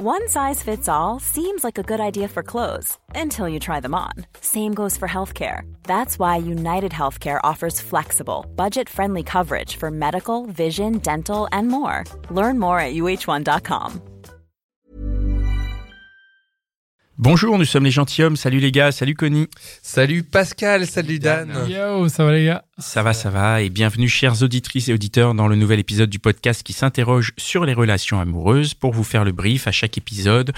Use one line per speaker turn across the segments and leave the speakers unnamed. One size fits all seems like a good idea for clothes until you try them on. Same goes for healthcare. That's why United Healthcare offers flexible, budget friendly coverage for medical, vision, dental, and more. Learn more at uh1.com.
Bonjour, nous sommes les gentilshommes. Salut les gars, salut Connie.
Salut Pascal, salut Dan.
Yo, ça va les gars
Ça va, ça va. Et bienvenue, chères auditrices et auditeurs, dans le nouvel épisode du podcast qui s'interroge sur les relations amoureuses. Pour vous faire le brief, à chaque épisode,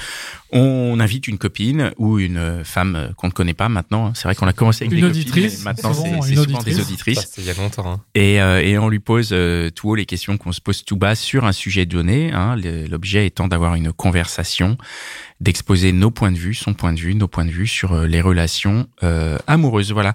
on invite une copine ou une femme qu'on ne connaît pas maintenant. hein. C'est vrai qu'on a commencé avec
Une
des
auditrice,
copines, mais maintenant
souvent,
c'est
une
c'est souvent
auditrice.
des auditrices.
Ça, c'est il y a longtemps. hein.
Et, euh, et on lui pose euh, tout haut les questions qu'on se pose tout bas sur un sujet donné, hein, le- l'objet étant d'avoir une conversation, d'exposer nos points de vue, son point de vue, nos points de vue sur euh, les relations euh, amoureuses. Voilà.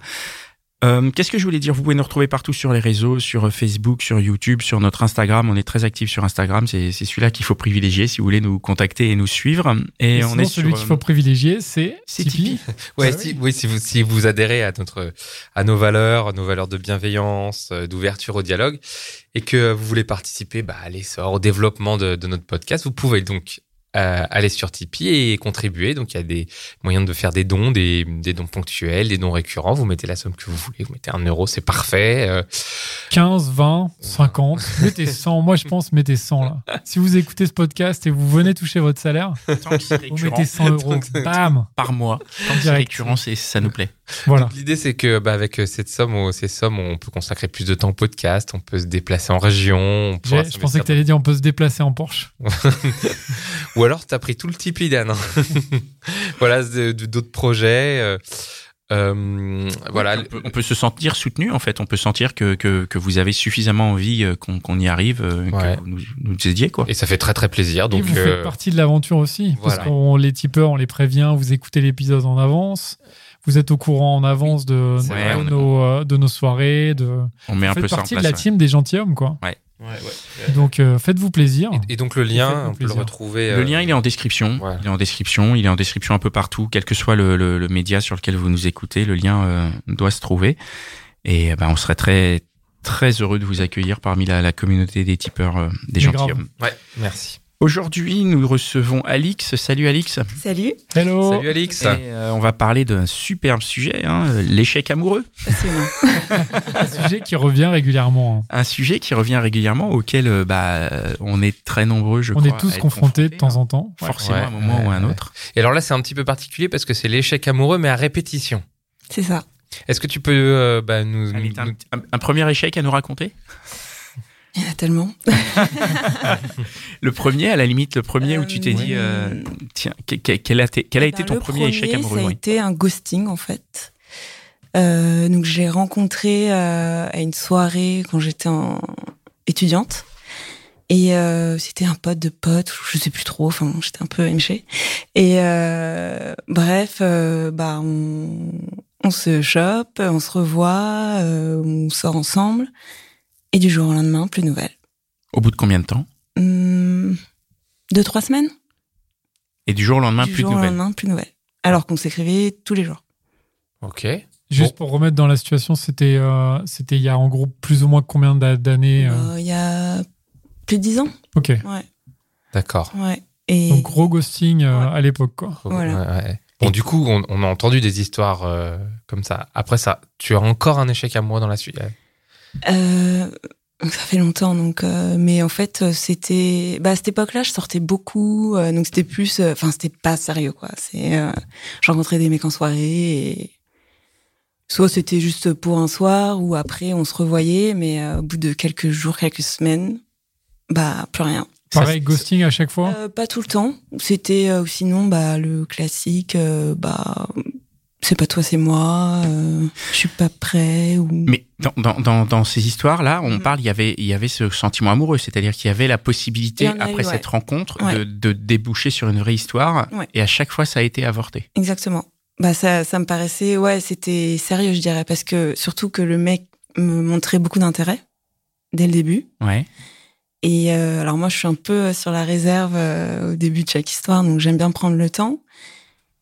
Euh, Qu'est-ce que je voulais dire Vous pouvez nous retrouver partout sur les réseaux, sur euh, Facebook, sur YouTube, sur notre Instagram. On est très actifs sur Instagram. C'est c'est celui-là qu'il faut privilégier si vous voulez nous contacter et nous suivre. Et,
Et
on
sinon,
est
celui
sur,
qu'il
euh,
faut privilégier, c'est
c'est
Tipeee.
Ouais,
Ah
si, oui, si vous, si vous adhérez à, notre, à nos valeurs, à nos valeurs de bienveillance, euh, d'ouverture au dialogue, et que vous voulez participer bah, à l'essor, au développement de, de notre podcast, vous pouvez donc euh, aller sur Tipeee et contribuer. Donc, il y a des moyens de faire des dons, des, des dons ponctuels, des dons récurrents. Vous mettez la somme que vous voulez, vous mettez un euro, c'est parfait. Euh,
15, 20, 50, mettez 100. Moi, je pense, mettez 100 là. Si vous écoutez ce podcast et vous venez toucher votre salaire,
tant que c'est
vous
récurrent
mettez 100 euros.
Donc, c'est-
Bam
par mois, tant que c'est
Direct.
récurrent, c'est- ça nous plaît.
Voilà.
L'idée, c'est que bah, avec euh, cette somme, on- ces sommes, on peut consacrer plus de temps au podcast, on peut se déplacer en région. On pourra
J'ai- Je
s'investir
pensais que t'allais dire on peut se déplacer en Porsche.
Ou alors, t'as pris tout le Tipeee, Dan. hein. voilà, de- de- d'autres projets. euh, euh, voilà.
On peut, on peut se sentir soutenu, en fait. On peut sentir que, que, que vous avez suffisamment envie euh, qu'on qu'on y arrive, euh,
Ouais.
que vous nous, nous aidiez, quoi.
Et ça fait très, très plaisir.
et
Donc,
vous
euh,
faites partie de l'aventure aussi.
voilà.
Parce qu'on les tipeurs, on les prévient, vous écoutez l'épisode en avance. Vous êtes au courant en avance de,
c'est
de
vrai, on est-
nos, euh, de nos soirées. De...
On met
Vous
un peu
faites
ça en
partie de
place.
la
ouais.
team des gentilshommes, quoi.
Ouais, ouais.
Donc, euh, faites-vous plaisir.
et, et donc, le lien,
faites-nous
on peut
plaisir.
le retrouver.
Le
euh,
lien, il est en description.
Voilà.
Il est en description. Il est en description un peu partout, quel que soit le, le- le média sur lequel vous nous écoutez. Le lien euh, doit se trouver. Et euh, ben, on serait très très heureux de vous accueillir parmi la, la communauté des tipeurs euh, des
Mais
gentilshommes.
Ouais, merci.
Aujourd'hui, nous recevons Alix. Salut Alix.
Salut,
Hello.
Salut, Alix.
Et, euh, on va parler d'un superbe sujet, hein, euh, l'échec amoureux.
c'est moi.
un sujet qui revient régulièrement. hein.
un sujet qui revient régulièrement auquel euh, bah, euh, on est très nombreux, je
on
crois.
est tous
à être
confrontés de temps en temps.
hein. Forcément,
Ouais,
à un moment
ouais,
ou à un
ouais.
autre.
Et alors là, c'est un petit peu particulier parce que c'est l'échec amoureux, mais à répétition.
C'est ça.
Est-ce que tu peux euh, bah, nous.
Amit,
nous-
un, un- un premier échec à nous raconter
Il y en a tellement.
Le premier, à la limite, le premier où tu t'es
Euh,
dit, euh, tiens, que- que- quel a, t- quel a été
Ben,
ton
le
premier, échec amoureux
Ça a
oui.
été un ghosting en fait. Euh, donc je l'ai rencontré euh, à une soirée quand j'étais en étudiante. Et euh, c'était un pote de pote, je sais plus trop, enfin j'étais un peu MG. Et euh, bref, euh, bah on, on se chope, on se revoit, euh, on sort ensemble. Et du jour au lendemain, plus de nouvelles.
Au bout de combien de temps
Hum, deux, trois semaines
Et du jour au lendemain,
du
plus
jour
de
au
nouvelles.
lendemain, plus de nouvelles. Alors qu'on s'écrivait tous les jours.
Ok.
Juste pour remettre dans la situation, c'était euh, c'était il y a en gros plus ou moins combien d'a- d'années
Euh,
euh,
Il y a plus de dix ans.
Ok.
Ouais,
D'accord.
ouais. Et
Donc gros ghosting euh, à l'époque quoi.
Voilà.
Ouais, ouais. Bon, du coup, on, on a entendu des histoires euh, comme ça. Après ça, tu as encore un échec amoureux dans la suite.
euh, ça fait longtemps, donc. euh, mais en fait, euh, c'était. Bah, à cette époque-là, je sortais beaucoup, euh, donc c'était plus. euh, Enfin, c'était pas sérieux, quoi. C'est. euh, je rencontrais des mecs en soirée et. Soit c'était juste pour un soir, ou après on se revoyait, mais euh, au bout de quelques jours, quelques semaines, bah plus rien.
Ça,
Pareil
c'est-
ghosting à chaque fois.
Euh, Pas tout le temps. C'était euh, ou sinon bah le classique euh, bah c'est pas toi c'est moi, euh, je suis pas prêt ou
Mais dans, dans, dans, dans ces histoires-là, on
Mhm.
parle, il y avait, il y avait ce sentiment amoureux, c'est-à-dire qu'il y avait la possibilité,
Il y en a eu,
après
ouais.
cette rencontre,
Ouais.
de, de déboucher sur une vraie histoire.
Ouais.
Et à chaque fois, ça a été avorté.
exactement. Bah ça ça me paraissait ouais, c'était sérieux je dirais parce que surtout que le mec me montrait beaucoup d'intérêt dès le début
Ouais.
et euh, alors moi je suis un peu sur la réserve euh, au début de chaque histoire donc j'aime bien prendre le temps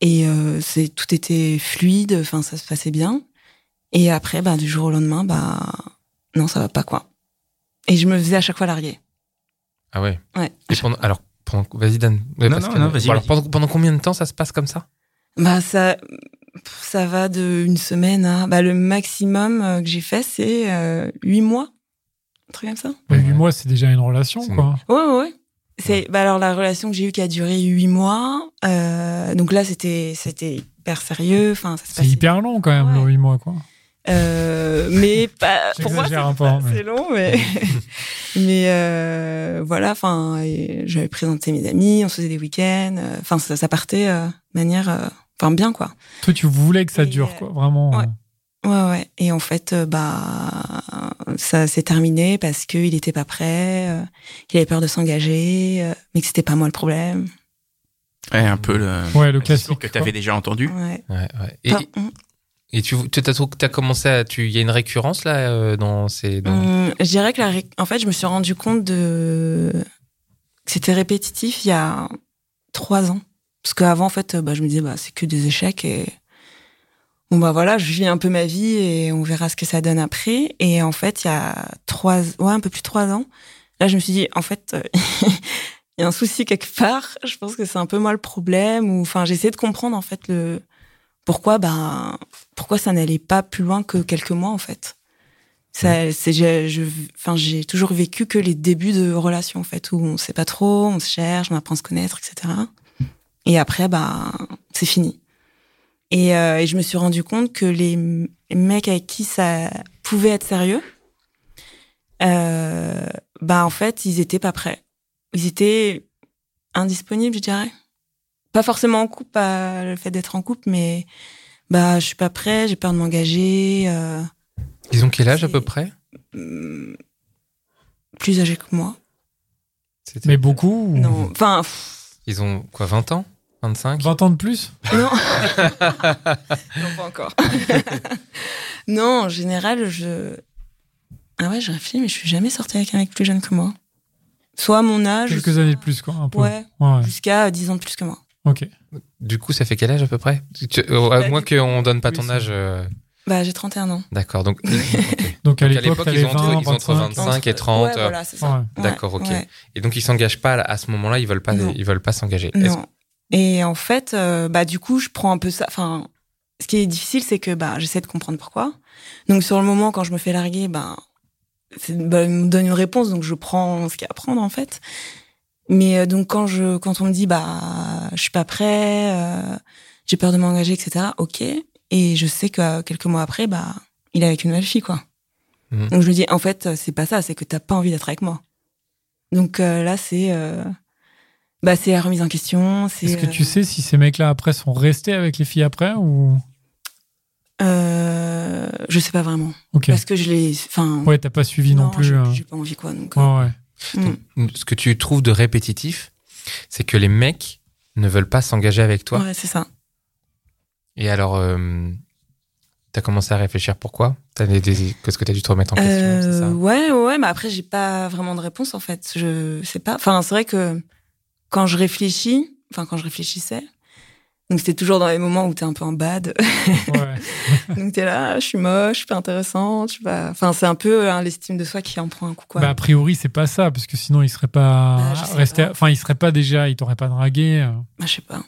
et euh, c'est tout était fluide, enfin ça se passait bien. Et après, bah, du jour au lendemain, bah non, ça va pas quoi. Et je me faisais à chaque fois larguer.
Ah ouais.
Ouais.
Et pendant- alors, pendant... Vas-y, Dan. Ouais,
Non,
parce
non,
que-
non, vas-y,
Bon, alors,
vas-y.
pendant, pendant combien de temps ça se passe comme ça
Bah ça, ça va de une semaine à. Bah le maximum euh, que j'ai fait, c'est euh, huit mois, un truc comme ça.
Bah,
Ouais.
huit mois, c'est déjà une relation,
C'est
quoi.
Ouais, ouais, ouais. C'est bah alors la relation que j'ai eue qui a duré huit mois. euh, donc là, c'était c'était hyper sérieux. Enfin, ça se
C'est
passait.
hyper long, quand même,
Ouais.
le huit mois, quoi.
Euh, mais pas. Pour moi, c'est
J'exagère un peu, hein,
c'est
mais-
long, mais mais euh, voilà. Enfin, et j'avais présenté mes amis, on se faisait des week-ends. euh, Enfin, ça, ça partait euh, de manière, euh, enfin bien quoi.
Toi, tu voulais que ça
Et,
dure,
euh,
quoi. Vraiment.
ouais.
euh,
Ouais, ouais. Et en fait, euh, bah, ça s'est terminé parce qu'il était pas prêt, euh, qu'il avait peur de s'engager, euh, mais que c'était pas moi le problème.
Ouais, un peu le,
Ouais,
le
le
discours
classique.
Bah, que tu
quoi.
avais déjà entendu.
Ouais.
Ouais, ouais. Et,
Enfin, hum,
et tu as, commencé à... tu- Il y a une récurrence, là, euh, dans ces... dans-
hum, je dirais que la ré- en fait, je me suis rendu compte de que c'était répétitif il y a trois ans. Parce qu'avant, en fait, euh, bah, je me disais, bah, c'est que des échecs et bon, bah, voilà, je vis un peu ma vie et on verra ce que ça donne après. Et en fait, il y a trois, ouais, un peu plus de trois ans, là, je me suis dit, en fait, euh, il y a un souci quelque part. Je pense que c'est un peu moi le problème ou, enfin, j'essaie de comprendre, en fait, le, pourquoi, bah, pourquoi ça n'allait pas plus loin que quelques mois, en fait. Ça, c'est, j'ai, je, enfin, j'ai toujours vécu que les débuts de relations, en fait, où on sait pas trop, on se cherche, on apprend à se connaître, etc. Et après, bah, c'est fini. Et, euh, et je me suis rendu compte que les, m- les mecs avec qui ça pouvait être sérieux, euh, bah en fait, ils étaient pas prêts. Ils étaient indisponibles, je dirais. Pas forcément en couple, pas le fait d'être en couple, mais bah je suis pas prêt, j'ai peur de m'engager. euh,
Ils ont quel âge, à peu
c'est-
près
hum, plus âgés que moi.
C'était-
Mais beaucoup. ou-
Non, enfin, pff,
Ils ont, quoi, 20 ans 25
20 ans de plus
non. non, pas encore. non, en général, je. Ah ouais, je réfléchis, mais je suis jamais sortie avec un mec plus jeune que moi. Soit à mon âge.
Quelques
soit-
années de plus, quoi. Un peu.
Ouais,
Ouais, ouais.
jusqu'à euh, 10 ans de plus que moi.
Ok.
Du coup, ça fait quel âge, à peu près Tu- euh, À
Bah,
moins
du
qu'on donne pas
oui,
ton
c'est-
âge... euh,
Bah, j'ai 31 ans.
D'accord, donc... ok.
Donc à
Donc, à
l'époque,
l'époque,
t'avais
ils ont entre-
20,
ils ont entre
25.
25 et 30.
Ouais,
euh,
voilà, c'est ça.
Ouais.
Ouais,
D'accord, ok.
ouais.
Et donc ils s'engagent pas à ce moment-là, ils veulent pas,
Non.
ils veulent pas s'engager. Est-ce-
Non. Et en fait, euh, bah du coup, je prends un peu ça. Enfin, ce qui est difficile, c'est que bah j'essaie de comprendre pourquoi. Donc sur le moment, quand je me fais larguer, bah, c'est- bah, il me donne une réponse, donc je prends ce qu'il y a à prendre en fait. Mais euh, donc quand je, quand on me dit bah je suis pas prêt, euh, j'ai peur de m'engager, etc. Ok. Et je sais que euh, quelques mois après, bah il est avec une nouvelle fille quoi.
Mhm.
Donc je lui dis en fait euh, c'est pas ça, c'est que t'as pas envie d'être avec moi. Donc euh, là c'est euh, bah c'est la remise en question. c'est,
Est-ce que
euh,
tu sais si ces mecs-là après sont restés avec les filles après ou
Euh, je sais pas vraiment.
Ok.
Parce que je l'ai. Enfin.
Ouais, t'as pas suivi non, plus.
J'ai
hein.
j'ai pas envie, quoi. Donc,
Ouais, ouais.
euh, hmm.
Ce que tu trouves de répétitif, c'est que les mecs ne veulent pas s'engager avec toi.
Ouais, c'est ça.
Et alors, euh, t'as commencé à réfléchir pourquoi T'as des, des- Qu'est-ce que t'as dû te remettre en question c'est
Euh,
ça
ouais, ouais, mais après, j'ai pas vraiment de réponse, en fait. Je sais pas. Enfin, c'est vrai que quand je réfléchis, enfin, quand je réfléchissais, donc c'était toujours dans les moments où t'es un peu en bad.
ouais.
donc t'es là, je suis moche, je suis pas intéressante, je suis pas. Enfin, c'est un peu hein, l'estime de soi qui en prend un coup, quoi.
Bah, a priori, c'est pas ça, parce que sinon, ils seraient pas
Bah, je sais
restés.
pas.
Enfin, ils seraient pas déjà, ils t'auraient pas dragué. euh.
Bah, je sais pas.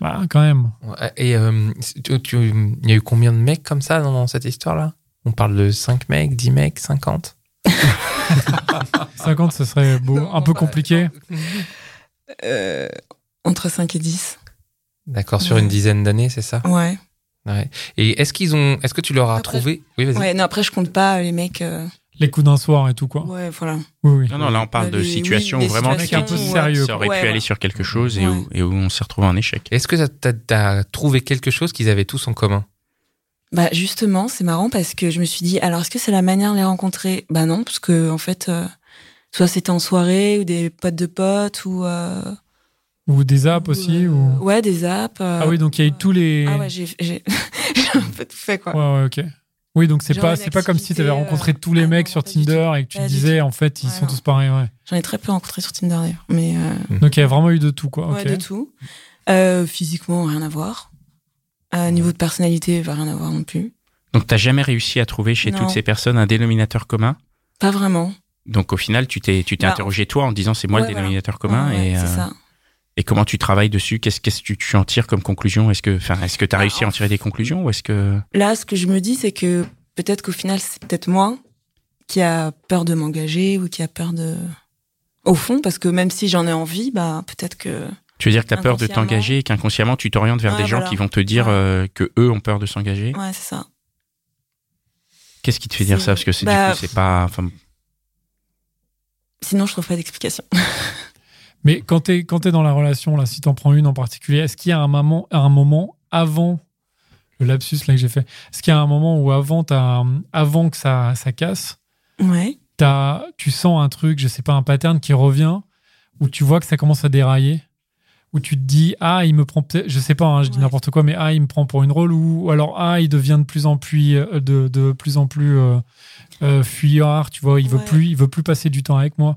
Bah, quand même.
Ouais, Et euh, tu- tu- il y a eu combien de mecs comme ça dans, dans cette histoire-là On parle de 5 mecs, 10 mecs, 50
50, ce serait beau.
Non,
un peu
bah,
compliqué.
Euh, entre 5 et 10.
D'accord, sur
Ouais.
une dizaine d'années, c'est ça
Ouais.
Ouais. Et est-ce qu'ils ont, est-ce que tu leur as
Après-
trouvé Oui, vas-y.
Ouais, non, après, je compte pas les mecs. euh,
Les coups d'un soir et tout, quoi.
Ouais, voilà.
Oui, oui.
Non, non, là on parle
Bah,
de
les- oui,
situations
des
où vraiment
situations
tu t'es dit,
un peu sérieux,
ça aurait
quoi.
pu
Ouais,
aller
voilà.
sur quelque chose et, où, et où on s'est retrouvé en échec.
Est-ce que t'as- t'as as trouvé quelque chose qu'ils avaient tous en commun
Bah justement, c'est marrant parce que je me suis dit, alors est-ce que c'est la manière de les rencontrer Bah non, parce que en fait, euh, soit c'était en soirée ou des potes de potes ou euh,
Ou des apps aussi.
euh,
Ou...
ouais des apps. euh,
Ah oui, donc il y a eu tous les.
Ah ouais, j'ai j'ai j'ai un peu tout fait quoi.
Ouais, ouais, ok. Oui, donc c'est
Genre
pas,
une
c'est pas comme si
activité,
t'avais rencontré
euh,
tous les
ah
mecs
non,
sur
pas du
Tinder et que tu
pas
te
du
disais, en fait, ils
Ouais,
sont
non.
tous pareils, ouais.
J'en ai très peu rencontré sur Tinder d'ailleurs, mais euh,
Donc il y a vraiment eu de tout, quoi.
ouais
ok.
de tout. Euh, physiquement rien à voir. Euh, niveau de personnalité, bah, rien à voir non plus.
Donc t'as jamais réussi à trouver chez
Non.
toutes ces personnes un dénominateur commun
Pas vraiment.
Donc au final, tu t'es tu t'es
Bah,
interrogé toi en disant c'est moi
Ouais,
le
voilà.
dénominateur commun
Ah Ouais, ouais,
et,
c'est
euh,
ça.
et comment tu travailles dessus Qu'est-ce qu'est-ce que tu, tu en tires comme conclusion Est-ce que enfin est-ce que tu as
Bah,
réussi à en
en
tirer des conclusions ou est-ce que
Là, ce que je me dis, c'est que peut-être qu'au final, c'est peut-être moi qui a peur de m'engager ou qui a peur de. Au fond, parce que même si j'en ai envie, bah peut-être que.
tu veux dire que tu as peur de
Inconsciemment.
t'engager et qu'inconsciemment tu t'orientes vers
Ouais,
des gens
voilà.
qui vont te dire
Ouais.
euh, que eux ont peur de s'engager
Ouais, c'est ça.
Qu'est-ce qui te fait dire
C'est-
ça Parce que c'est
bah,
du coup c'est pas enfin,
Sinon, je trouve pas d'explication.
Mais quand tu es, dans la relation, là, si tu en prends une en particulier, est-ce qu'il y a un moment, un moment avant le lapsus là, que j'ai fait Est-ce qu'il y a un moment où avant, t'as- avant que ça, ça casse,
Ouais.
t'as- tu sens un truc, je sais pas, un pattern qui revient, où tu vois que ça commence à dérailler, où tu te dis ah il me prend peut-être, je sais pas, hein, je dis
Ouais.
n'importe quoi, mais ah il me prend pour une relou, ou alors ah il devient de plus en plus euh, de, de plus en plus euh, euh, fuyard, tu vois, il veut
Ouais.
plus, il veut plus passer du temps avec moi.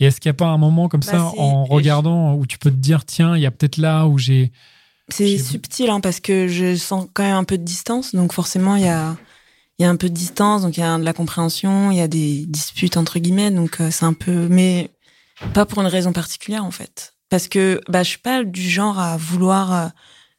Et est-ce qu'il n'y a pas un moment comme
Bah,
ça
c'est-
en regardant où tu peux te dire tiens il y a peut-être là où j'ai
C'est
J'ai-
subtil, hein, parce que je sens quand même un peu de distance, donc forcément, il y a. Il y a un peu de distance, donc il y a de la compréhension, il y a des disputes entre guillemets, donc euh, c'est un peu, mais pas pour une raison particulière en fait, parce que bah je suis pas du genre à vouloir euh,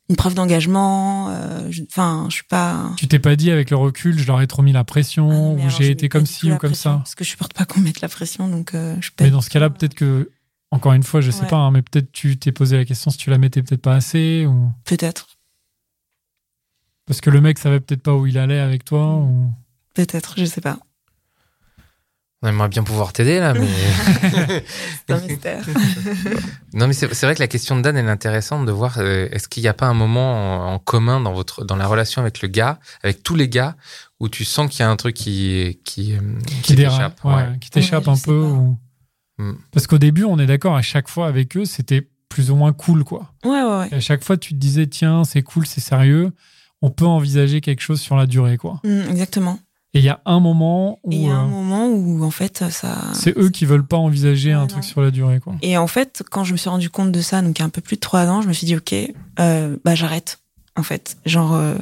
une preuve d'engagement, euh, je- enfin je suis pas.
tu t'es pas dit avec le recul je leur ai trop mis la
Ah non,
pression
mais
ou
alors,
Oh, j'ai
je
été
mets
comme
pas du tout
ci ou
la
comme
pression,
ça
Parce que je supporte pas qu'on mette la pression, donc euh, je peux.
Mais dans ce cas-là, peut-être que, encore une fois, je sais
Ouais.
pas, hein, mais peut-être tu t'es posé la question si tu la mettais peut-être pas assez, ou
Peut-être,
parce que le mec savait peut-être pas où il allait avec toi.
Mm.
Ou...
peut-être, je sais pas.
On aimerait bien pouvoir t'aider là, mais.
C'est un mystère.
non, mais c'est c'est vrai que la question de Dan, elle est intéressante de voir euh, est-ce qu'il n'y a pas un moment en, en commun dans, votre, dans la relation avec le gars, avec tous les gars, où tu sens qu'il y a un truc qui, qui, euh,
Qui dérape,
t'échappe,
ouais,
ouais.
qui t'échappe
Ouais,
un
je sais
peu.
pas.
ou-
Hmm.
Parce qu'au début, on est d'accord, à chaque fois avec eux, c'était plus ou moins cool, quoi.
Ouais, ouais, ouais.
Et à chaque fois, tu te disais, tiens, c'est cool, c'est sérieux, on peut envisager quelque chose sur la durée, quoi.
Mm, exactement.
Et il y a un moment
Et il
où
y a un
euh,
moment où en fait ça.
c'est eux qui veulent pas envisager un
Ouais,
truc
non.
sur la durée, quoi.
Et en fait, quand je me suis rendu compte de ça, donc il y a un peu plus de trois ans, je me suis dit ok, euh, bah j'arrête. En fait, genre, euh,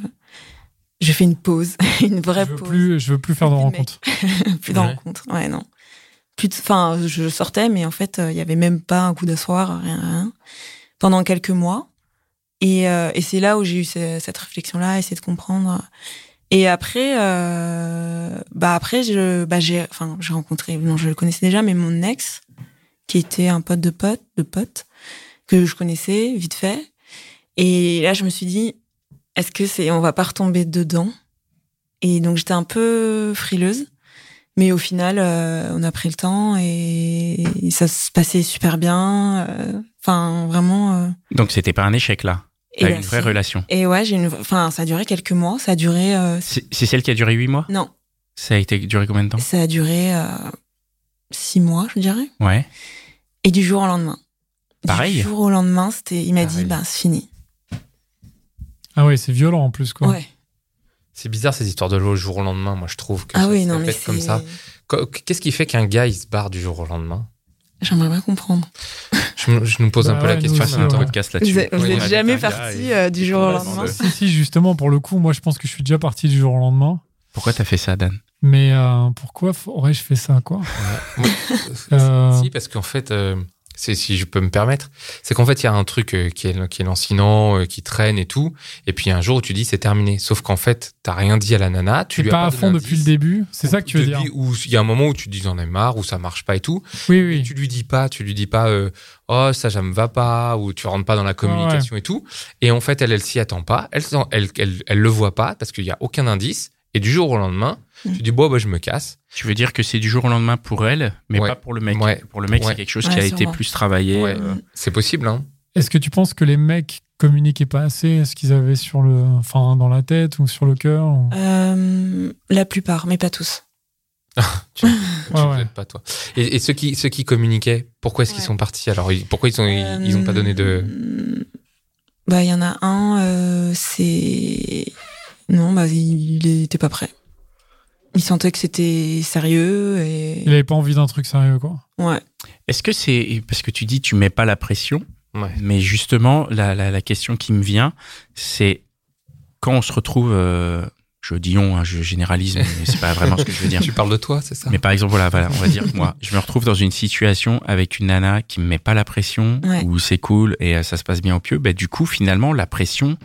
je fais une pause, une vraie
je veux
pause.
plus, je veux plus faire de
Plus de mec.
rencontres.
plus de
Ouais.
rencontres. Ouais, non. Plus de- enfin, je sortais, mais en fait, euh, il y avait même pas un coup d'asseoir, rien, rien. Pendant quelques mois. Et, euh, et c'est là où j'ai eu ce- cette réflexion-là, essayer de comprendre. Et après, euh, bah après, je, bah j'ai, enfin, j'ai rencontré, non, je le connaissais déjà, mais mon ex, qui était un pote de pote, de pote, que je connaissais vite fait. Et là, je me suis dit, est-ce que c'est, on va pas retomber dedans? Et donc, j'étais un peu frileuse. Mais au final, euh, on a pris le temps et, et ça se passait super bien. euh, Enfin, vraiment. euh,
donc c'était pas un échec là.
et
T'as
là,
une vraie
si.
relation.
Et ouais, j'ai une. Enfin, ça a duré quelques mois. Ça a duré. euh,
C'est c'est celle qui a duré huit mois
non,
Ça a été duré combien de temps
ça a duré euh, six mois, je dirais.
Ouais.
Et du jour au lendemain.
Pareil.
Du jour au lendemain, c'était. Il m'a
Pareil.
dit, ben, c'est fini.
Ah ouais, c'est violent en plus, quoi.
Ouais.
C'est bizarre ces histoires de l'eau jour au lendemain. Moi, je trouve que
Ah
ça
oui,
se
non, mais
répète
c'est.
comme ça. Qu- Qu'est-ce qui fait qu'un gars il se barre du jour au lendemain
J'aimerais bien comprendre.
je, me- je nous pose
Bah
un peu
ouais,
la
nous
question.
aussi,
en même temps.
ouais.
Podcast
Vous
là-dessus.
êtes, vous
Oui,
êtes
on a
jamais
quelqu'un
parti
et-
euh, du jour au
Ouais,
lendemain.
c'est-
Si, si, justement, pour le coup, moi, je pense que je suis déjà parti du jour au lendemain.
Pourquoi t'as fait ça, Dan
Mais euh, pourquoi f- aurais-je fait ça, quoi
Moi,
Euh,
Si, parce qu'en fait, euh, c'est si je peux me permettre, c'est qu'en fait, il y a un truc euh, qui est, qui est lancinant, euh, qui traîne et tout. Et puis un jour, tu dis c'est terminé. Sauf qu'en fait, t'as rien dit à la nana. Tu
T'es
lui as
pas à
donné
fond
un
depuis le
indice.
début C'est ça que tu veux dire
Depuis où il y a un moment où tu te dis j'en ai marre, où ça marche pas et tout.
Oui,
Et
oui.
tu lui dis pas, tu lui dis pas, euh, oh ça, ça me va pas, ou tu rentres pas dans la communication et tout. Et en fait, elle, elle s'y attend pas, elle, s'en- elle, elle, elle le voit pas parce qu'il y a aucun indice. Et du jour au lendemain,
Mm.
tu dis bon, bah, je me casse.
Tu veux dire que c'est du jour au lendemain pour elle, mais
Ouais.
pas pour le mec.
Ouais.
Pour le mec,
Ouais.
c'est quelque chose
Ouais,
qui a été
sûrement.
plus travaillé.
Ouais.
euh,
C'est possible, hein.
Est-ce que tu penses que les mecs communiquaient pas assez ce qu'ils avaient sur le, enfin, dans la tête ou sur le cœur ou-
Ah, Euh, la plupart, mais pas tous.
Tu
Ouais,
le
ouais.
fais pas toi. Et, et ceux qui ceux qui communiquaient, pourquoi est-ce qu'ils
Ouais.
sont partis Alors ils- pourquoi ils ont ils, ils ont pas donné de
Euh, Bah, il y en a un, euh, c'est. Non, bah, il il était pas prêt. Il sentait que c'était sérieux et.
Il avait pas envie d'un truc sérieux, quoi.
Ouais.
Est-ce que c'est parce que tu dis tu mets pas la pression,
Ouais.
mais justement la, la- la question qui me vient, c'est quand on se retrouve euh, je dis on, hein, je généralise, mais c'est pas vraiment ce que je veux dire.
Tu parles de toi, c'est ça
Mais par exemple, voilà, voilà, on va dire que moi, je me retrouve dans une situation avec une nana qui me met pas la pression,
Ouais.
où c'est cool et euh, ça se passe bien au pieu. Bah, du coup, finalement, la pression,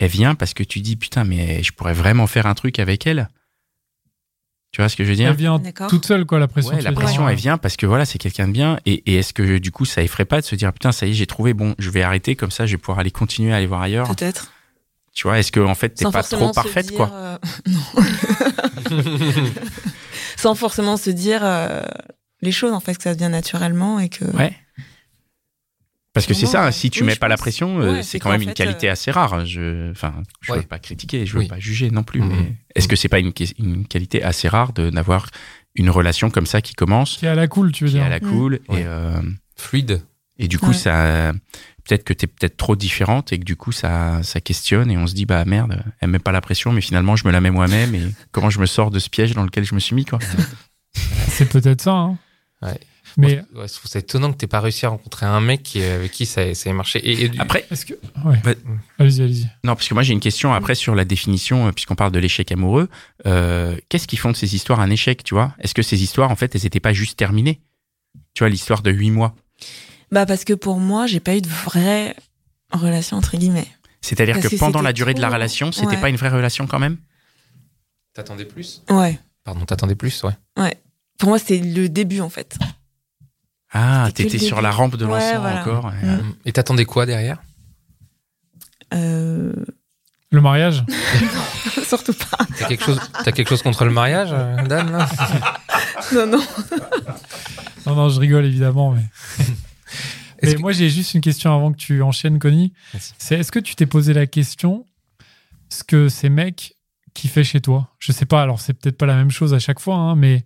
elle vient parce que tu dis putain, mais je pourrais vraiment faire un truc avec elle. Tu vois ce que je veux dire
Elle vient
D'accord.
toute seule, quoi, la pression.
Ouais,
tu
la
veux dire.
pression, elle vient parce que voilà, c'est quelqu'un de bien. Et, et est-ce que du coup, ça effraie pas de se dire putain, ça y est, j'ai trouvé, bon, je vais arrêter comme ça, je vais pouvoir aller continuer à aller voir ailleurs.
Peut-être.
Tu vois, est-ce que en fait, Ah, t'es
Sans
pas
forcément
trop
se
parfaite,
dire,
quoi
euh, non. Sans forcément se dire euh, les choses, en fait, que ça devient naturellement et que.
Ouais. Parce que c'est
Sûrement,
ça,
ouais.
si tu
Oui,
mets
je
pas la
pense.
pression, euh,
Ouais,
c'est
c'est
quand
qu'en
même une
fait,
qualité assez rare. Je, enfin, je
Ouais.
veux pas critiquer, je veux
Oui.
pas juger non plus,
Mm-hmm.
Mhm.
mais est-ce que c'est pas une, qui- une qualité assez rare de d'avoir une relation comme ça qui commence,
Qui est à la cool, tu veux
qui est
dire.
à la
Mhm.
cool
Ouais.
et, euh,
Fluide.
et du coup
Ouais.
ça, peut-être que t'es peut-être trop différente et que du coup ça ça questionne et on se dit bah merde, elle met pas la pression, mais finalement je me la mets moi-même et comment je me sors de ce piège dans lequel je me suis mis quoi.
C'est peut-être ça. hein.
Ouais.
Mais
Ouais, je trouve ça étonnant que t'aies pas réussi à rencontrer un mec qui, avec qui ça, ça ait marché. Et, et du-
Après
est-ce que. Ouais.
Bah-
Allez-y, allez-y.
Non, parce que moi j'ai une question après sur la définition, euh, puisqu'on parle de l'échec amoureux. Euh, Qu'est-ce qui font de ces histoires un échec, tu vois Est-ce que ces histoires, en fait, elles n'étaient pas juste terminées Tu vois, l'histoire de huit mois.
Bah, parce que pour moi, j'ai pas eu de vraie relation, entre guillemets.
C'est-à-dire
Parce
que,
que
pendant
Bah, c'était
la durée de la
trop-
relation, c'était
Ouais.
pas une vraie relation quand même
T'attendais plus
Ouais.
Pardon, t'attendais plus, ouais.
Pour moi, c'était le début, en fait.
Ah,
C'était que
t'étais
le
sur
début.
la rampe de
Ouais,
l'ensemble
voilà.
encore. ouais.
Mm.
Et t'attendais quoi derrière
Euh,
Le mariage
Surtout pas.
T'as quelque, chose... t'as quelque chose contre le mariage, euh, Dan là
Non, non.
Non, non, je rigole évidemment, mais.
Est-ce
mais
que-
moi, j'ai juste une question avant que tu enchaînes, Connie.
Merci.
C'est est-ce que tu t'es posé la question ce que ces mecs qui fait chez toi Je sais pas, alors c'est peut-être pas la même chose à chaque fois, hein, mais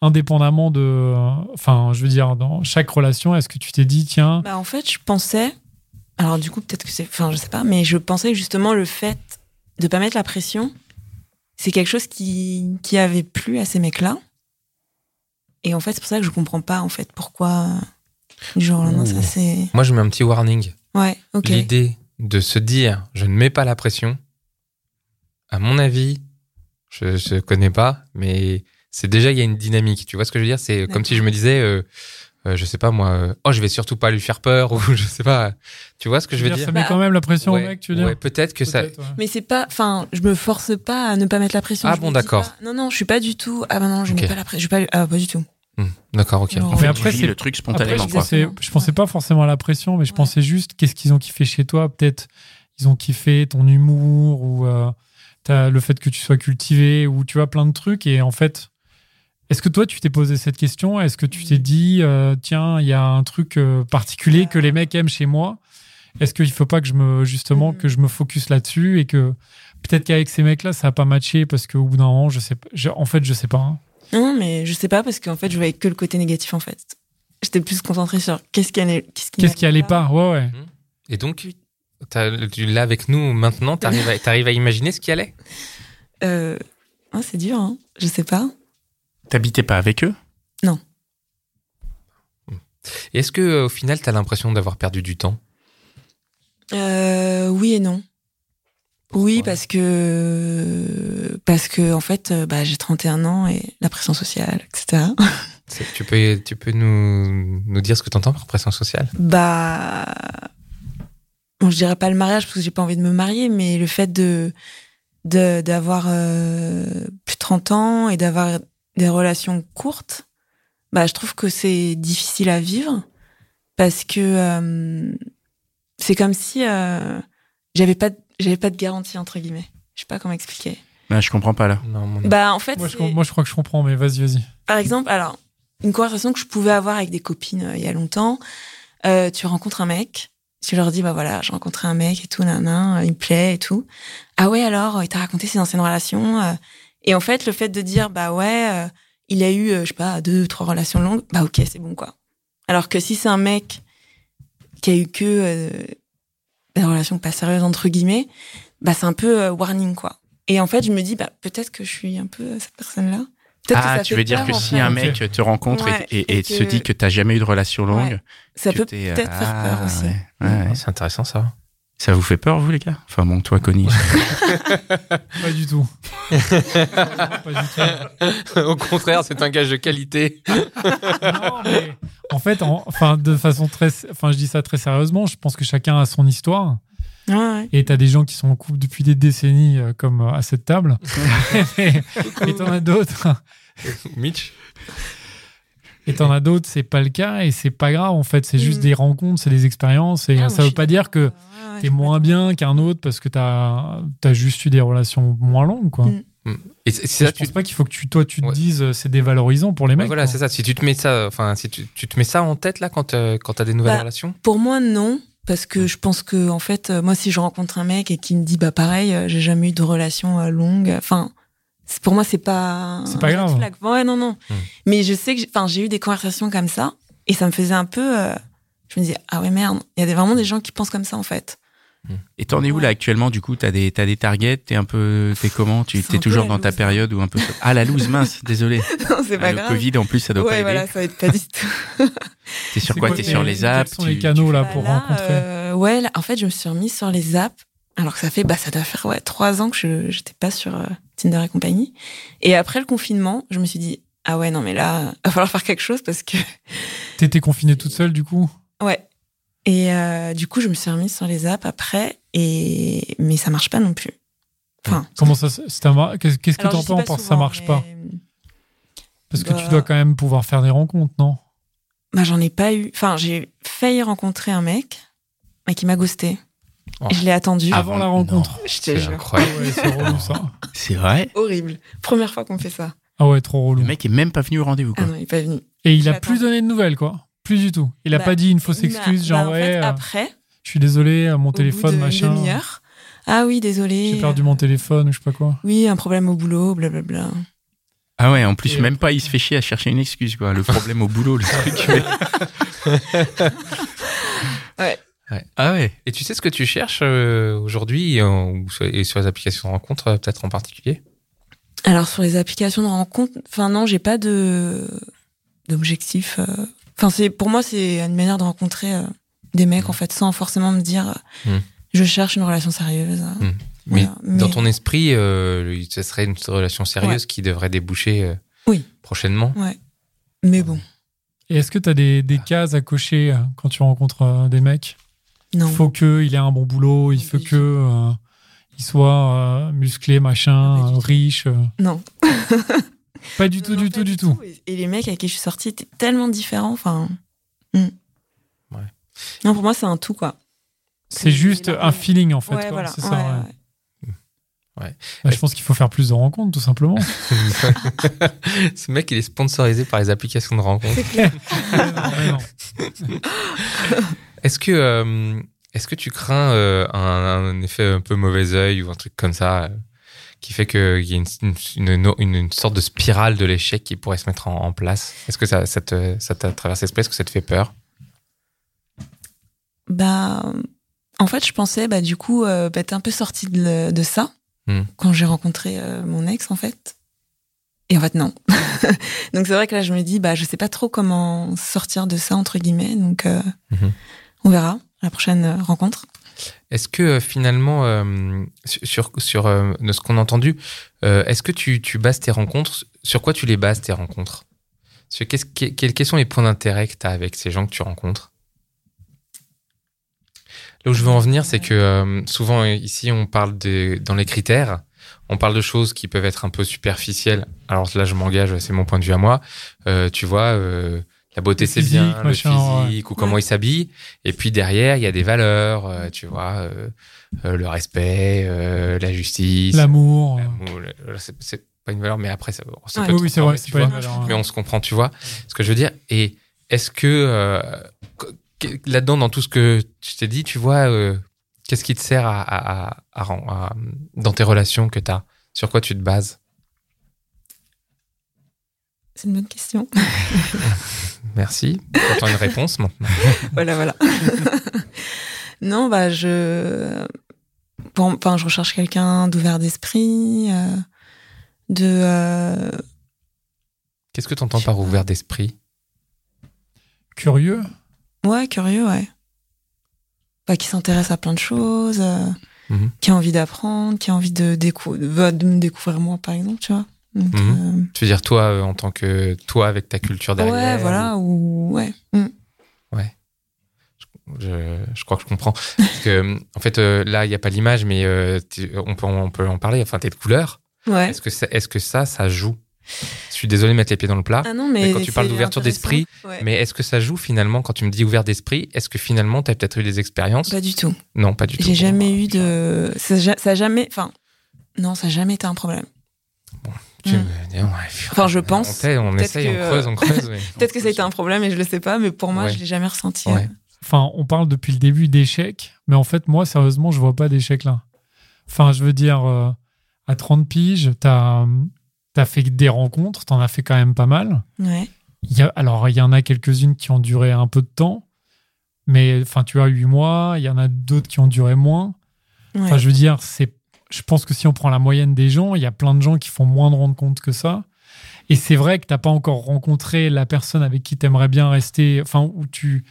indépendamment de. Enfin, je veux dire, dans chaque relation, est-ce que tu t'es dit, tiens,
Bah, en fait, je pensais. Alors, du coup, peut-être que c'est. Enfin, je sais pas, mais je pensais que justement le fait de pas mettre la pression, c'est quelque chose qui, qui avait plu à ces mecs-là. Et en fait, c'est pour ça que je comprends pas, en fait, pourquoi euh, du jour au lendemain,
Ouh.
ça c'est.
Moi, je mets un petit warning.
Ouais, ok.
L'idée de se dire je ne mets pas la pression, à mon avis, je ne connais pas, mais c'est déjà, il y a une dynamique. Tu vois ce que je veux dire C'est comme
D'accord.
si je me disais, euh, euh, je sais pas moi, euh, oh, je vais surtout pas lui faire peur, ou je sais pas. Tu vois ce que je veux dire
ça met
Bah,
quand même la pression
Ouais,
au mec, tu veux dire
ouais, peut-être que ça.
Peut-être, ouais.
Mais c'est pas. Enfin, je me force pas à ne pas mettre la pression.
Ah
je
bon,
me dis
d'accord.
pas, Non, non, je suis pas du tout. Ah bah non, je
Ok.
mets pas la pression. Je suis pas. Ah, pas du tout.
Hmm, D'accord, ok.
Non.
En fait,
Mais après,
tu vis
c'est-
le truc
Après,
spontanément.
je
Exactement.
quoi.
pensais, je pensais pas forcément à la pression, mais je
Ouais.
pensais juste qu'est-ce qu'ils ont kiffé chez toi. Peut-être ils ont kiffé ton humour ou euh, t'as le fait que tu sois cultivé ou tu vois plein de trucs. Et en fait, est-ce que toi tu t'es posé cette question Est-ce que tu t'es dit euh, tiens il y a un truc euh, particulier que les mecs aiment chez moi Est-ce qu'il faut pas que je me justement
Mhm.
que je me focus là-dessus et que peut-être qu'avec ces mecs-là ça a pas matché parce qu'au bout d'un moment je sais pas. je- en fait je sais pas. hein.
Non, mais je sais pas parce qu'en fait, je voyais que le côté négatif en fait. J'étais plus concentrée sur qu'est-ce qui allait, qu'est-ce qui,
Qu'est-ce qui allait pas Ouais ouais.
Et donc, t'as- tu- là, avec nous, maintenant, tu arrives à, t'arrives à imaginer ce qui allait
Euh, ouais, c'est dur, hein. je sais pas.
T'habitais pas avec eux
Et Est-ce que euh, au final, tu as l'impression d'avoir perdu du temps
Euh, oui et non. Oui,
Ouais.
parce que parce que en fait, euh, bah, j'ai 31 ans et la pression sociale, etc.
C'est- tu peux, tu peux nous, nous dire ce que tu entends par pression sociale
bah, bon, je dirais pas le mariage parce que j'ai pas envie de me marier, mais le fait de de- d'avoir euh, plus de 30 ans et d'avoir des relations courtes, bah, je trouve que c'est difficile à vivre parce que euh, c'est comme si euh, j'avais pas de- j'avais pas de garantie entre guillemets. Je sais pas comment expliquer.
Non, Je comprends pas là.
Non, mon-
Bah, en fait,
Mmh. Moi je,
c'est-
moi je crois que je comprends, mais vas-y vas-y.
par exemple, alors, une conversation que je pouvais avoir avec des copines euh, il y a longtemps, euh, tu rencontres un mec, tu leur dis, bah voilà, j'ai rencontré un mec et tout, nanan, euh, il me plaît et tout. Ah ouais, alors, il t'a raconté ses anciennes relations. euh. et en fait, le fait de dire, bah ouais, euh, il a eu, euh, je sais pas, deux, trois relations longues, bah ok, c'est bon quoi. Alors que si c'est un mec qui a eu que euh, des relations pas sérieuses, entre guillemets, bah c'est un peu euh, warning quoi. Et en fait, je me dis, bah peut-être que je suis un peu euh, cette personne-là. Peut-être que
Ah,
ça
tu
fait
veux dire
peur,
que
en
si
fait.
un mec te rencontre et-
Ouais,
et, et
et
se
que-
dit que t'as jamais eu de relation longue,
Ça
tu
peut
t'es-
peut-être faire
Ah,
peur aussi.
ouais, ouais, ouais.
Ah, C'est intéressant ça.
Ça vous fait peur, vous, les gars Enfin, bon, toi, Connie.
Pas du tout. Vraiment pas du tout.
Au contraire, c'est un gage de qualité.
Non, mais en fait, en- enfin, de façon très, enfin, je dis ça très sérieusement. Je pense que chacun a son histoire.
Ouais, ouais.
Et t'as des gens qui sont en couple depuis des décennies, euh, comme euh, à cette table. et t'en as d'autres. hein.
Mitch
Et t'en as d'autres, c'est pas le cas. Et c'est pas grave, en fait. C'est juste
Mhm.
des rencontres, c'est des expériences. Et
Ah, moi,
Eh ça
je
veut
suis
pas dire que
d'accord. Ouais, ouais,
t'es moins bien qu'un autre parce que t'as as juste eu des relations moins longues, quoi.
Mhm.
Et c'est- c'est
Je
ça, tu-
pense pas qu'il faut que tu, toi, tu te
Ouais.
dises euh, c'est dévalorisant pour les
Ouais,
mecs.
voilà,
quoi.
c'est ça. Si tu te mets ça, enfin, si tu, tu te mets ça en tête là quand euh, quand t'as des nouvelles
Bah.
relations.
Pour moi, non. Parce que je pense que, en fait, euh, moi, si je rencontre un mec et qui me dit, bah, pareil, euh, j'ai jamais eu de relation euh, longue, enfin, c'est- pour moi, c'est pas.
C'est pas
un
grave.
red flag. Ouais, non, non.
Hmm.
Mais je sais que, j'ai- enfin, j'ai eu des conversations comme ça et ça me faisait un peu. euh, je me disais, ah ouais, merde, il y a des- vraiment des gens qui pensent comme ça, en fait.
Et t'en es où,
Ouais.
là, actuellement Du coup, t'as des, t'as des targets T'es un peu. T'es comment Tu t'es
C'est un peu
toujours
la
dans ta
loose.
période où un peu. Ah, la loose, mince, désolé.
Non, c'est
Ah,
Bah,
pas
le
grave.
Covid, en plus, ça doit pas
ouais,
aider.
voilà, ça va être pas du tout.
T'es sur
C'est
quoi
quoi
T'es
les-
sur les apps
quels sont les
tu-
canaux,
tu-
là,
Bah
pour
là,
rencontrer
euh, Ouais, là, en fait, je me suis remise sur les apps. Alors que ça fait, bah, ça doit faire ouais, trois ans que je j'étais pas sur euh, Tinder et compagnie. Et après le confinement, je me suis dit, ah ouais, non, mais là, va falloir faire quelque chose parce que.
T'étais confinée toute seule, du coup
Ouais. Et euh, du coup, je me suis remise sur les apps après, et... mais ça marche pas non plus. Enfin.
Comment ça se- c'est un mar- Qu'est-ce qu'est-ce que
Alors,
t'en
je sais pas
penses par ça
souvent,
marche
mais-
pas Parce que tu
Bah.
dois quand même pouvoir faire des rencontres, non
Bah, j'en ai pas eu. Enfin, j'ai failli rencontrer un mec, mais qui m'a ghosté.
Oh.
Et Je l'ai attendu.
Ah, Avant la rencontre. Ah
je te
C'est
jure.
incroyable.
Ouais, c'est relou ça.
C'est vrai
Horrible. Première fois qu'on fait ça.
Ah ouais, trop
Le
relou.
mec est même pas venu au rendez-vous,
Ah
quoi.
non, il est pas venu.
Et il a
J'attends.
plus donné de nouvelles, quoi. Plus du tout. Il a
Bah,
pas dit une fausse excuse,
Bah,
genre
bah, en fait,
ouais, euh,
après,
je suis désolé, euh, mon
au bout
téléphone,
de
machin.
une demi-heure. euh, Ah oui, désolé.
J'ai perdu mon téléphone, ou je sais pas quoi.
Oui, un problème au boulot, blablabla.
Ah ouais, en
euh,
plus,
Et-
même pas, il se fait chier à chercher une excuse, quoi. Le problème au boulot, le truc.
Ouais.
Ouais.
Ah ouais.
Et tu sais ce que tu cherches euh, aujourd'hui euh, ou sur- et sur les applications de rencontre euh, peut-être en particulier
Alors sur les applications de rencontre, enfin non, j'ai pas de d'objectif. euh. Enfin c'est pour moi c'est une manière de rencontrer euh, des mecs en fait sans forcément me dire euh,
Mm.
je cherche une relation sérieuse. hein.
Mm. Mais
Voilà. Mais-
dans ton esprit, euh, ce serait une relation sérieuse qui devrait déboucher euh,
Oui.
prochainement.
Mais bon,
Et est-ce que t'as des, des cases à cocher euh, quand tu rencontres euh, des mecs
non.
Il faut qu'il ait un bon boulot, il
Non,
faut
pas du
que euh, il soit euh, musclé,
Ah, Pas
machin,
du tout.
euh, riche. euh.
Non.
Pas du tout,
Non,
du
pas
tout, du tout.
Et- Et les mecs avec qui je suis sortie étaient tellement différents. Enfin. mm.
Ouais.
Non, pour moi, c'est un tout, quoi.
C'est juste un feeling, en fait.
ouais,
quoi.
voilà.
C'est ça.
Ouais,
ouais.
ouais.
Bah, je pense qu'il faut faire plus de rencontres, tout simplement.
Ce mec, il est sponsorisé par les applications de rencontre.
Mais non, mais non.
Est-ce que, euh, est-ce que tu crains euh, un, un effet un peu mauvais oeil ou un truc comme ça euh, qui fait qu'il y a une, une- une- une- une sorte de spirale de l'échec qui pourrait se mettre en, en place Est-ce que ça, ça, te, ça t'a traversé l'esprit Est-ce que ça te fait peur
Bah, en fait, je pensais, bah, du coup, euh, bah, t'es un peu sortie de, le- de ça
Hmm.
quand j'ai rencontré euh, mon ex, en fait. Et en fait, non. donc, c'est vrai que là, je me dis, bah, je sais pas trop comment sortir de ça, entre guillemets. Donc, euh,
Mhm.
on verra à la prochaine euh, rencontre.
Est-ce que euh, finalement, euh, sur, sur euh, de ce qu'on a entendu, euh, est-ce que tu, tu bases tes rencontres Sur quoi tu les bases tes rencontres Sur qu'est-ce- que- quels, quels sont les points d'intérêt que tu as avec ces gens que tu rencontres Là où je veux en venir, c'est que euh, souvent euh, ici, on parle des, dans les critères, on parle de choses qui peuvent être un peu superficielles. Alors là, je m'engage, c'est mon point de vue à moi. Euh, tu vois, euh, la beauté,
Le
c'est
physique,
bien,
machin, ouais.
le physique ou comment il s'habille. Et puis derrière, il y a des valeurs, euh, tu vois, euh, euh, le respect, euh, la justice.
L'amour. euh,
l'amour, le- le- c'est- C'est pas une valeur, mais après, ça, ça
Ouais.
peut
Oui,
être
oui, c'est
transformé,
vrai,
tu
c'est pas
vois euh,
une valeur. hein.
Ah, mais on se comprend, tu vois ce que je veux dire. Et est-ce que euh, que- que- là-dedans, dans tout ce que je t'ai dit, tu vois, euh, qu'est-ce qui te sert à, à- à- à ren- à- dans tes relations que tu as Sur quoi tu te bases
C'est une bonne question.
Merci. J'attends une réponse maintenant.
voilà, voilà. non, bah, je. Bon, enfin, je recherche quelqu'un d'ouvert d'esprit, euh, de. euh,
Qu'est-ce que tu entends par ouvert d'esprit
Curieux.
Ouais, curieux, ouais. bah, qui s'intéresse à plein de choses, euh,
Mhm.
qui a envie d'apprendre, qui a envie de, décou- de, bah, de me découvrir moi, par exemple, tu vois. Donc,
Mhm.
euh,
Tu veux dire, toi, euh, en tant que toi, avec ta culture derrière.
ouais,
euh,
voilà, ou ouais. Mm.
Je, je crois que je comprends. Parce que, en fait, euh, là, il n'y a pas l'image, mais euh, tu- on, peut, on peut en parler. Enfin, tes couleurs,
Ouais.
est-ce que, ça- est-ce que ça, ça joue Je suis désolé de mettre les pieds dans le plat.
Ah non,
mais quand tu parles
c'est
d'ouverture d'esprit,
intéressant. Ouais.
Mais est-ce que ça joue finalement quand tu me dis ouvert d'esprit Est-ce que finalement tu as peut-être eu des expériences
Pas du tout.
Non, pas du tout.
Bah, J'ai
Bon,
jamais
bah,
eu de. Ça, ja- ça a jamais. Enfin, non, ça a jamais été un problème.
tu
Mm.
me dis, ouais,
Enfin, je
on
pense.
t'aide, On,
Peut-être
essaye,
que, euh,
on creuse, on creuse. mais-
Peut-être que ça a été un problème et je le sais pas, mais pour moi,
Ouais.
je l'ai jamais ressenti.
Ouais.
Enfin, on parle depuis le début d'échecs, mais en fait, moi, sérieusement, je vois pas d'échecs là. Enfin, je veux dire, euh, à 30 piges, t'as as fait des rencontres, t'en as fait quand même pas mal.
Ouais.
Il y a- alors, il y en a quelques-unes qui ont duré un peu de temps, mais enfin, tu as 8 mois, il y en a d'autres qui ont duré moins.
Ouais.
Enfin, je veux dire, c'est, je pense que si on prend la moyenne des gens, il y a plein de gens qui font moins de rencontres que ça. Et c'est vrai que t'as pas encore rencontré la personne avec qui t'aimerais bien rester, enfin, où tu,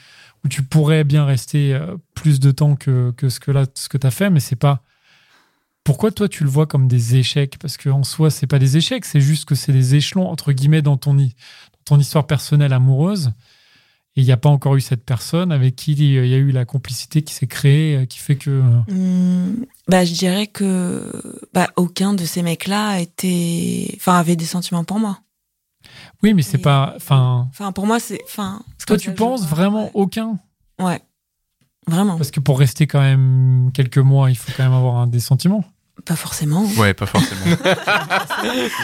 où tu pourrais bien rester euh, plus de temps que, que ce que là, ce que t'as fait, mais c'est pas. Pourquoi toi tu le vois comme des échecs Parce que en soi, c'est pas des échecs, c'est juste que c'est des échelons entre guillemets dans ton, hi- dans ton histoire personnelle amoureuse. Et il n'y a pas encore eu cette personne avec qui euh, il y a eu la complicité qui s'est créée, euh, qui fait que. euh,
Hum, bah, je dirais que bah, aucun de ces mecs-là était, enfin, avait des sentiments pour moi.
Oui, mais c'est
Mais-
pas. Enfin,
Enfin, pour moi, c'est, enfin. c'est
toi, tu
comme ça que je le
penses
vois,
vraiment
ouais.
aucun
Ouais, vraiment.
Parce que pour rester quand même quelques mois, il faut quand même avoir un des sentiments.
Pas forcément. hein.
Ouais, pas forcément.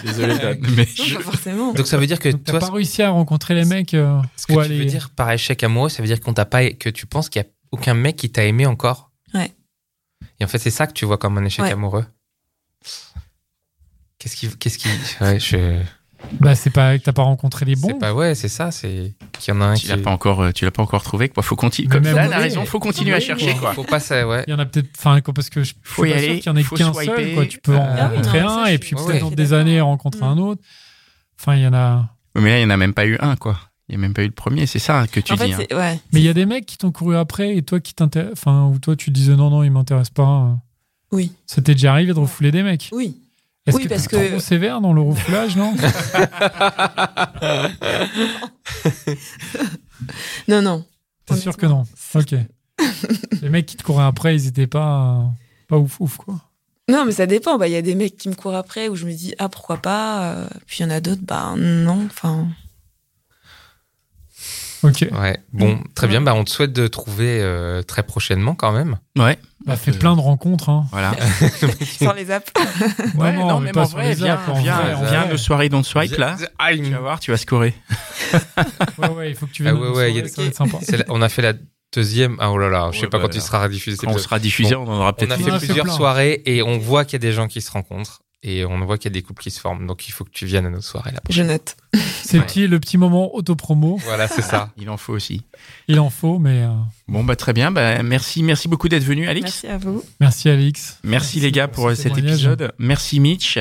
Désolé, Dan, mais
Non,
je-
pas forcément.
Donc ça veut dire que
Donc, t'as
toi,
pas réussi à rencontrer les mecs. euh,
ce que
ou à
tu
les-
veux dire par échec amoureux, ça veut dire qu'on t'a pas, que tu penses qu'il n'y a aucun mec qui t'a aimé encore.
Ouais.
Et en fait, c'est ça que tu vois comme un échec
Ouais.
amoureux. Qu'est-ce qui, qu'est-ce qui, ouais, je,
Bah, c'est pas que t'as pas rencontré les bons.
c'est pas, ouais, c'est ça, c'est qu'il y en a un
tu
qui.
l'as pas encore, euh, tu l'as pas encore trouvé. Quoi, faut continuer.
Mais
Comme
même
ça,
oui,
la raison,
mais-
faut continuer à
oui,
chercher. Quoi.
Faut pas ça, ouais.
Il y en a peut-être. Enfin, quoi, parce que je, je
Faut y
suis pas sûr
aller,
qu'il y en ait
faut
qu'un
swiper.
seul. Quoi, tu peux en
Ah oui, non,
rencontrer
mais ça,
un
je
et
suis-
puis
ouais,
peut-être
je
dans
suis
des
d'accord.
années rencontrer
Mm.
un autre. Enfin, il y en a.
Mais là, il n'y en a même pas eu un, quoi. Il n'y a même pas eu le premier. C'est ça que tu
en
dis.
fait,
hein.
c'est, ouais.
Mais il y a des mecs qui t'ont couru après et toi qui t'intéresse. Enfin, ou toi tu disais non, non, il m'intéresse pas. hein.
Oui.
Ça t'est déjà arrivé de refouler des mecs.
Oui.
Est-ce
Oui,
que
parce
t'es
que-
trop sévère dans le refoulage, non
Non, non.
T'es sûr que non Ok. les mecs qui te couraient après, ils étaient pas, euh, pas ouf ouf quoi.
Non, mais ça dépend. Bah, il y a des mecs qui me courent après où je me dis, ah, pourquoi pas. euh, Puis il y en a d'autres, bah, non. Enfin,
Ok.
Ah,
Ouais. Bon, très bien. Bah, on te souhaite de trouver euh, très prochainement quand même.
Ouais,
Bah fait plein de rencontres. Hein.
voilà.
sans les apps.
Ouais,
non, mais
même
pas
en
sur
vrai,
les
viens,
apps, en
viens,
vrai,
on
en
vient
vrai.
de soirée Don't Swipe, là.
Ah, il-
Tu vas voir, tu vas scorer.
Ouais ouais, il faut que tu
Ah
viennes.
ouais,
nous
ouais,
sauver,
il y a-
ça va être sympa.
C'est la- on a fait la deuxième. Ah oh là là, je sais
Ouais,
pas
bah,
quand il sera rediffusé. cet
Quand on
épisode.
sera diffusé, on en aura
On
peut-être
a
fait
fait
plein.
plusieurs
plein.
soirées et on voit qu'il y a des gens qui se rencontrent et on voit qu'il y a des couples qui se forment. Donc il faut que tu viennes à nos soirées là.
Je note.
C'est le petit- le petit moment autopromo.
Voilà, c'est ça.
Il en faut aussi.
Il en faut, mais euh,
Bon, bah, très bien. Bah, merci, merci beaucoup d'être venu, Alix. Merci,
Merci à vous.
merci Alix.
les gars pour,
ce
cet
témoignage.
épisode. Merci, Mitch.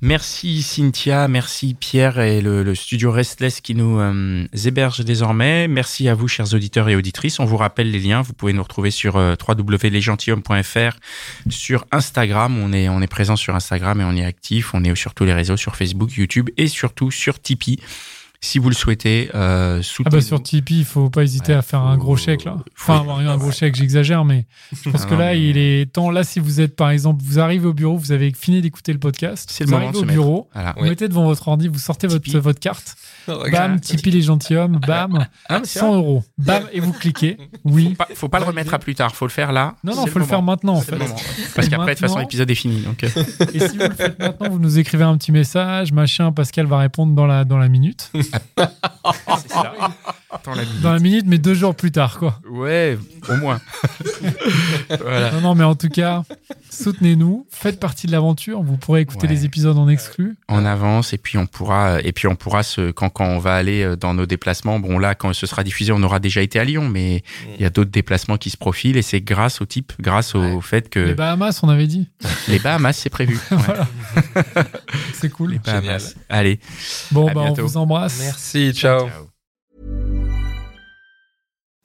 Merci Cynthia, merci Pierre et le, le studio Restless qui nous euh, héberge désormais. Merci à vous, chers auditeurs et auditrices. On vous rappelle les liens. Vous pouvez nous retrouver sur euh, www.lesgentilhommes.fr, sur Instagram. On est, on est présent sur Instagram et on est actif. On est sur tous les réseaux, sur Facebook, YouTube et surtout sur Tipeee. Si vous le souhaitez, euh,
Ah
soutenez
bah sur Tipeee, il faut pas hésiter
Ouais,
à faire un
faut-
gros chèque là.
faut-
Enfin, avoir eu un gros chèque, j'exagère, mais je pense
Ah
que
non,
là,
mais-
il est temps. Là, si vous êtes par exemple, vous arrivez au bureau, vous avez fini d'écouter le podcast,
C'est le
vous
moment
arrivez
de se
au
mettre.
bureau,
Voilà.
vous mettez devant votre ordi, vous sortez votre,
Tipeee.
votre carte, bam,
Regarde.
Tipeee les gentilshommes, bam,
Ah, mais c'est
100 euros, bam, et vous cliquez, oui.
Pas- faut pas le remettre à plus tard, faut le faire là.
Non, non,
C'est
faut le, faire
moment.
maintenant en
C'est le
fait.
moment. Parce qu'après, de toute façon,
Maintenant.
l'épisode est fini. Donc, euh,
Et si vous le faites maintenant, vous nous écrivez un petit message, machin, Pascal va répondre dans la, dans la minute.
c'est ça. Attends la minute.
Dans la minute, mais deux jours plus tard, quoi.
Ouais, au moins. voilà.
Non, non, mais en tout cas, soutenez-nous, faites partie de l'aventure, vous pourrez écouter
Ouais.
les épisodes en exclu.
On avance et puis on pourra et puis on pourra se quand quand on va aller euh, dans nos déplacements. Bon là, quand ce sera diffusé, on aura déjà été à Lyon, mais il y a d'autres déplacements qui se profilent et c'est grâce au type, grâce au fait que
Les Bahamas, on avait dit.
les Bahamas c'est prévu. Ouais,
C'est
les
cool.
Bahamas. Allez.
Bon,
À
bah, on
bientôt.
vous embrasse.
Merci, ciao.